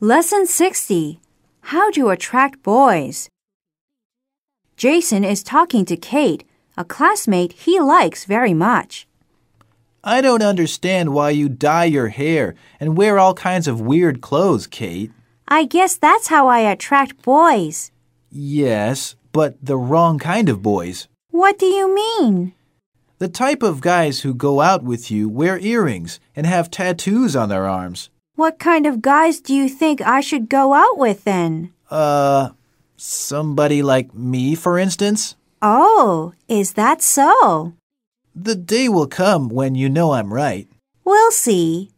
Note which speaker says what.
Speaker 1: Lesson 60 How to Attract Boys. Jason is talking to Kate, a classmate he likes very much.
Speaker 2: I don't understand why you dye your hair and wear all kinds of weird clothes, Kate.
Speaker 1: I guess that's how I attract boys.
Speaker 2: Yes, but the wrong kind of boys.
Speaker 1: What do you mean?
Speaker 2: The type of guys who go out with you wear earrings and have tattoos on their arms.
Speaker 1: What kind of guys do you think I should go out with then?
Speaker 2: Uh, somebody like me, for instance?
Speaker 1: Oh, is that so?
Speaker 2: The day will come when you know I'm right.
Speaker 1: We'll see.